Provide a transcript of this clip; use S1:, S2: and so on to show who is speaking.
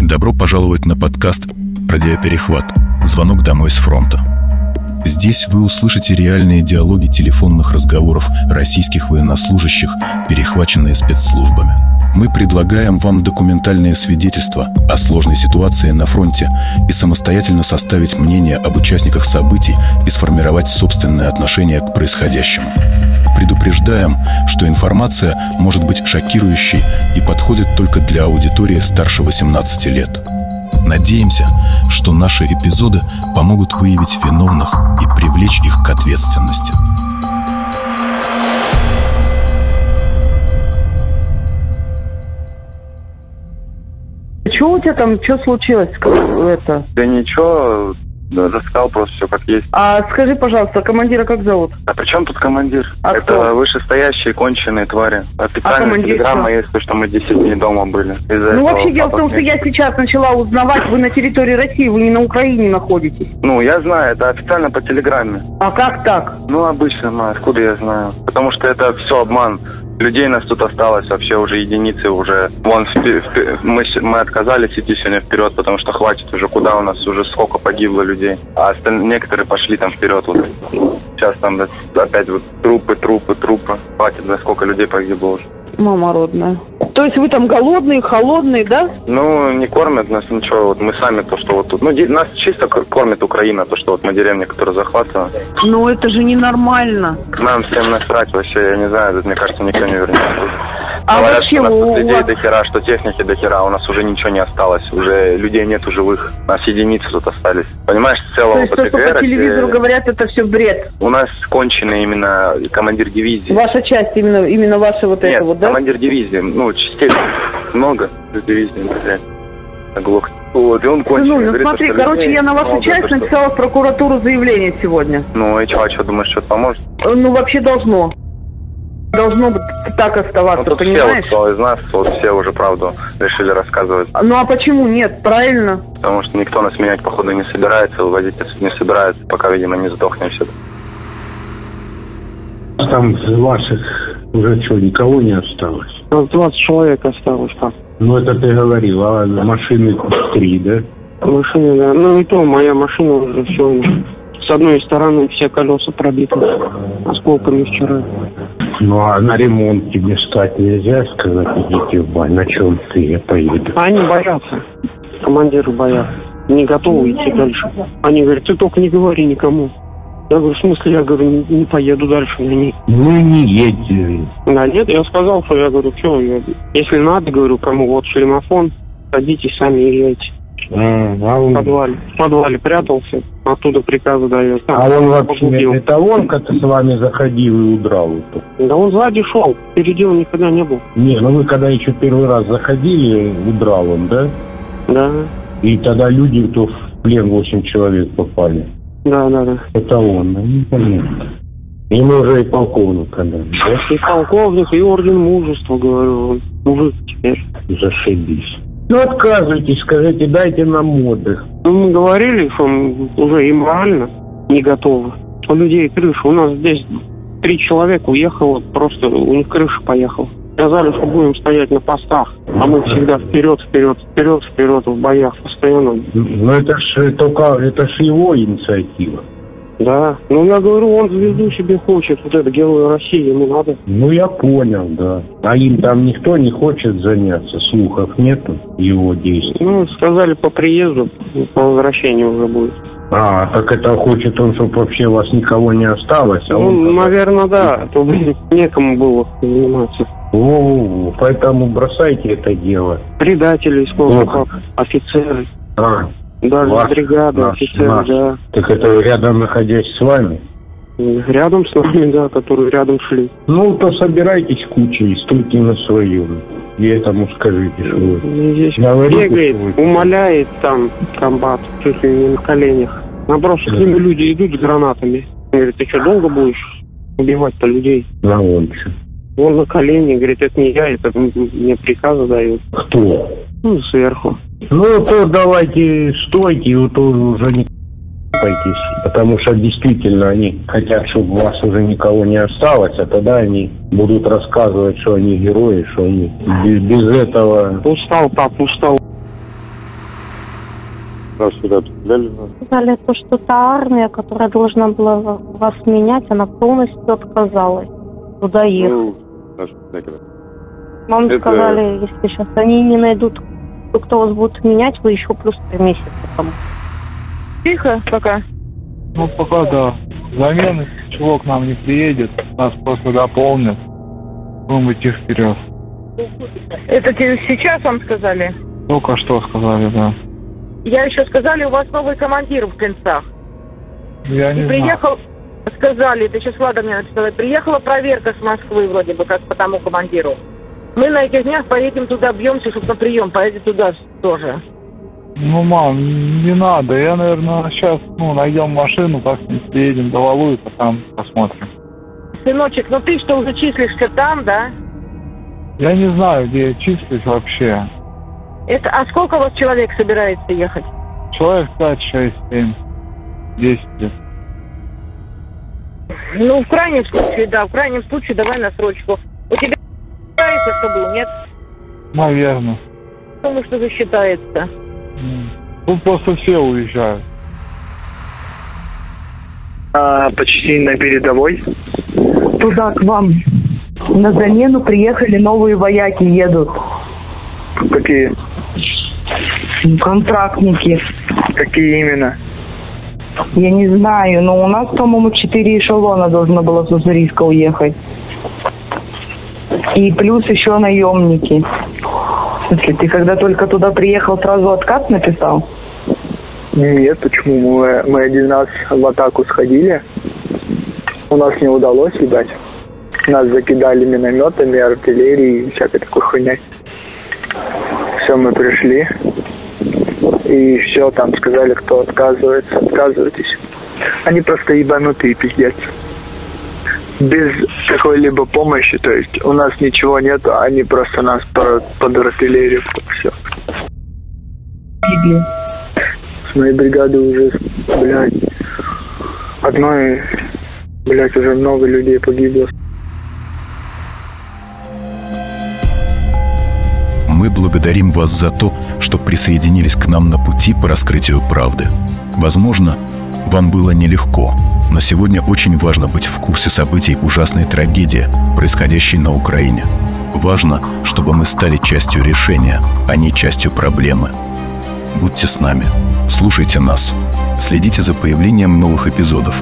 S1: Добро пожаловать на подкаст «Радиоперехват. Звонок домой с фронта». Здесь вы услышите реальные диалоги телефонных разговоров российских военнослужащих, перехваченные спецслужбами. Мы предлагаем вам документальные свидетельства о сложной ситуации на фронте и самостоятельно составить мнение об участниках событий и сформировать собственное отношение к происходящему предупреждаем, что информация может быть шокирующей и подходит только для аудитории старше 18 лет. Надеемся, что наши эпизоды помогут выявить виновных и привлечь их к ответственности.
S2: Что у тебя там, что случилось? Это?
S3: Да ничего, да, рассказал просто все как есть.
S2: А скажи, пожалуйста, командира как зовут?
S3: А при чем тут командир?
S2: А
S3: это
S2: кто?
S3: вышестоящие конченые твари.
S2: А
S3: Официально
S2: командир
S3: телеграмма
S2: кто?
S3: есть, то, что мы 10 дней дома были. Из-за
S2: Ну,
S3: этого
S2: вообще, дело в
S3: папа
S2: том, что
S3: мне-
S2: я сейчас начала узнавать, вы на территории России, вы не на Украине находитесь.
S3: Ну, я знаю, это официально по телеграмме.
S2: А как так?
S3: Ну, обычно, мы, откуда я знаю? Потому что это все обман. Людей нас тут осталось вообще уже единицы уже. Вон, впе- впе- мы, с- мы отказались идти сегодня вперед, потому что хватит уже, куда у нас уже сколько погибло людей. А осталь- некоторые пошли там вперед. Вот. Сейчас там да, опять вот трупы, трупы, трупы. Хватит, да, сколько людей погибло уже.
S2: Мама родная. То есть вы там голодные, холодные, да?
S3: Ну, не кормят нас ничего, вот мы сами то, что вот тут. Ну, де- нас чисто к- кормит Украина, то, что вот мы деревня, которая захватываем.
S2: Ну, это же ненормально.
S3: Нам всем насрать вообще, я не знаю, тут, мне кажется, никто не вернется.
S2: А
S3: Говорят,
S2: вообще
S3: что у нас
S2: у-
S3: тут
S2: у
S3: людей
S2: вас-
S3: до хера, что техники до хера, у нас уже ничего не осталось, уже людей нету живых, у нас единицы тут остались. Понимаешь,
S2: То
S3: целого
S2: есть то, что по
S3: ПТГРа,
S2: телевизору
S3: э,
S2: говорят, это все бред.
S3: у нас конченый именно командир дивизии.
S2: Ваша часть, именно, именно ваша вот
S3: Нет,
S2: эта вот, да?
S3: командир дивизии, ну, частей много с дивизии, блядь. Оглох. Вот, и он кончил.
S2: ну, ну смотри, короче, я на вашу часть написала в прокуратуру заявление сегодня.
S3: Ну и что, а что, думаешь, что-то поможет?
S2: Э, Ну, вообще должно. Должно быть так
S3: ну,
S2: оставаться,
S3: тут все вот,
S2: понимаешь?
S3: кто из нас, вот все уже правду решили рассказывать.
S2: Ну, а почему нет? Правильно.
S3: Потому что никто нас менять, походу, не собирается, вывозить отсюда не собирается, пока, видимо, не сдохнем все.
S4: Там из ваших уже что, никого не осталось?
S5: У нас 20 человек осталось там.
S4: Ну, это ты говорил, а машины три, да?
S5: Машина, да. Ну и то, моя машина уже все. С одной стороны все колеса пробиты осколками вчера.
S4: Ну, а на ремонт тебе стать нельзя сказать, идите в бань, на чем ты, я поеду.
S5: А они боятся. Командиры боятся. Не готовы идти дальше. Они говорят, ты только не говори никому. Я говорю, в смысле, я говорю, не, не поеду дальше на ней.
S4: Ну, и не едьте.
S5: Да нет, я сказал, что я говорю, все, если надо, говорю, кому вот шлемофон, садитесь сами езжайте.
S4: А, а
S5: В
S4: он,
S5: подвале. В подвале прятался, оттуда приказы дает.
S4: а он вообще,
S5: погубил.
S4: это он как-то с вами заходил и удрал? вот.
S5: Да он сзади шел, впереди он никогда не был.
S4: Не, ну вы когда еще первый раз заходили, удрал он, да?
S5: Да,
S4: И тогда люди, то в плен 8 человек попали.
S5: да, да, да.
S4: Это он, ну, непонятно. Ему уже и полковник отдали, да?
S5: И полковник, и орден мужества, говорю. он Мужик теперь.
S4: Зашибись. Ну, отказывайтесь, скажите, дайте нам отдых.
S5: Ну, мы говорили, что мы уже и морально не готовы. У людей крыша. У нас здесь три человека уехало, просто у них крыша поехала. Сказали, что будем стоять на постах, а мы всегда вперед, вперед, вперед, вперед в боях постоянно.
S4: Ну, это ж только, это ж его инициатива.
S5: Да. Ну, я говорю, он звезду себе хочет, вот это Герой России, ему надо.
S4: Ну, я понял, да. А им там никто не хочет заняться, слухов нету его действий.
S5: Ну, сказали по приезду, по возвращению уже будет.
S4: А, так это хочет он, чтобы вообще у вас никого не осталось, а он...
S5: Ну,
S4: тогда-
S5: наверное, да, а то блин, некому было заниматься.
S4: Во-во-во, поэтому бросайте это дело.
S5: Предатели сколько
S4: Ох.
S5: как офицеры,
S4: А,
S5: даже
S4: Ну, Ваш,
S5: бригады,
S4: наш,
S5: офицеры,
S4: наш.
S5: да.
S4: так это рядом находясь с вами.
S5: Рядом с нами, да, которые рядом шли.
S4: Ну, то собирайтесь кучей, стойте на своем. И этому скажите, что вы...
S5: И Здесь
S4: Говорите, Ну, что вы-
S5: бегает, умоляет там комбат, чуть ли не на коленях. Наоборот, с
S4: Да.
S5: ними люди идут с гранатами. Он говорит, ты что, долго будешь убивать-то людей?
S4: На улице.
S5: Он на колени, говорит, это не я, это м- м- мне приказы дают.
S4: Кто?
S5: Ну, сверху.
S4: Ну, то давайте стойте, и вот то уже не пайтесь. Потому что действительно они хотят, чтобы у вас уже никого не осталось, а тогда они будут рассказывать, что они герои, что они без, без этого...
S5: Устал, пап, устал.
S3: Нас сюда дали.
S6: Сказали, то, что та армия, которая должна была в- вас менять, она полностью отказалась туда ехать.
S3: Ну, нас нахер.
S6: Вам
S3: это-
S6: сказали, если сейчас они не найдут, кто вас будет менять, вы еще плюс три месяца там.
S7: Тихо пока.
S8: Ну, пока да. Замены чего к нам не приедет, нас просто дополнят. Будем идти вперед.
S7: Это тебе сейчас вам сказали?
S8: Только что сказали, да.
S7: Я еще сказали, у вас новый командир в Клинцах.
S8: Я не
S7: И
S8: знаю.
S7: приехал, сказали, это сейчас Влада мне написала, приехала проверка с Москвы вроде бы, как по тому командиру. Мы на этих днях поедем туда, бьемся, чтобы на прием, поедем туда тоже.
S8: Ну, мам, не надо. Я, наверное, сейчас, ну, найдем машину, как-нибудь приедем до Валуйка, там посмотрим.
S7: Сыночек, ну ты что, уже числишься там, да?
S8: Я не знаю, где я числюсь вообще.
S7: Это, а сколько у вас человек собирается ехать?
S8: Человек 5, 6, 7, 10 лет.
S7: Ну, в крайнем случае, да, в крайнем случае давай на срочку. У тебя считается, что был? Нет?
S8: Наверное.
S7: Думаю, что засчитается.
S8: М. Тут Ну, просто все уезжают.
S9: почти на передовой.
S2: туда к вам на замену приехали новые вояки, едут,
S9: Какие,
S2: Ну, контрактники.
S9: какие именно?
S2: Я не знаю, но у нас, по-моему, четыре эшелона должно было с Уссурийска уехать. И плюс еще наемники. В смысле, ты когда только туда приехал, сразу откат написал?
S9: Нет, почему? Мы, мы один раз в атаку сходили. У нас не удалось, видать. Нас закидали минометами, артиллерией и всякой такой хуйней. Все, мы пришли. И все, там сказали, кто отказывается, отказывайтесь. Они просто ебанутые, пиздец. Без какой-либо помощи, то есть у нас ничего нет, они просто нас под, под артиллерию, все.
S2: Пидли.
S9: С моей бригады уже, блядь, одной, блядь, уже много людей погибло.
S1: Мы благодарим вас за то, что присоединились к нам на пути по раскрытию правды. Возможно, вам было нелегко, но сегодня очень важно быть в курсе событий ужасной трагедии, происходящей на Украине. Важно, чтобы мы стали частью решения, а не частью проблемы. Будьте с нами, слушайте нас, следите за появлением новых эпизодов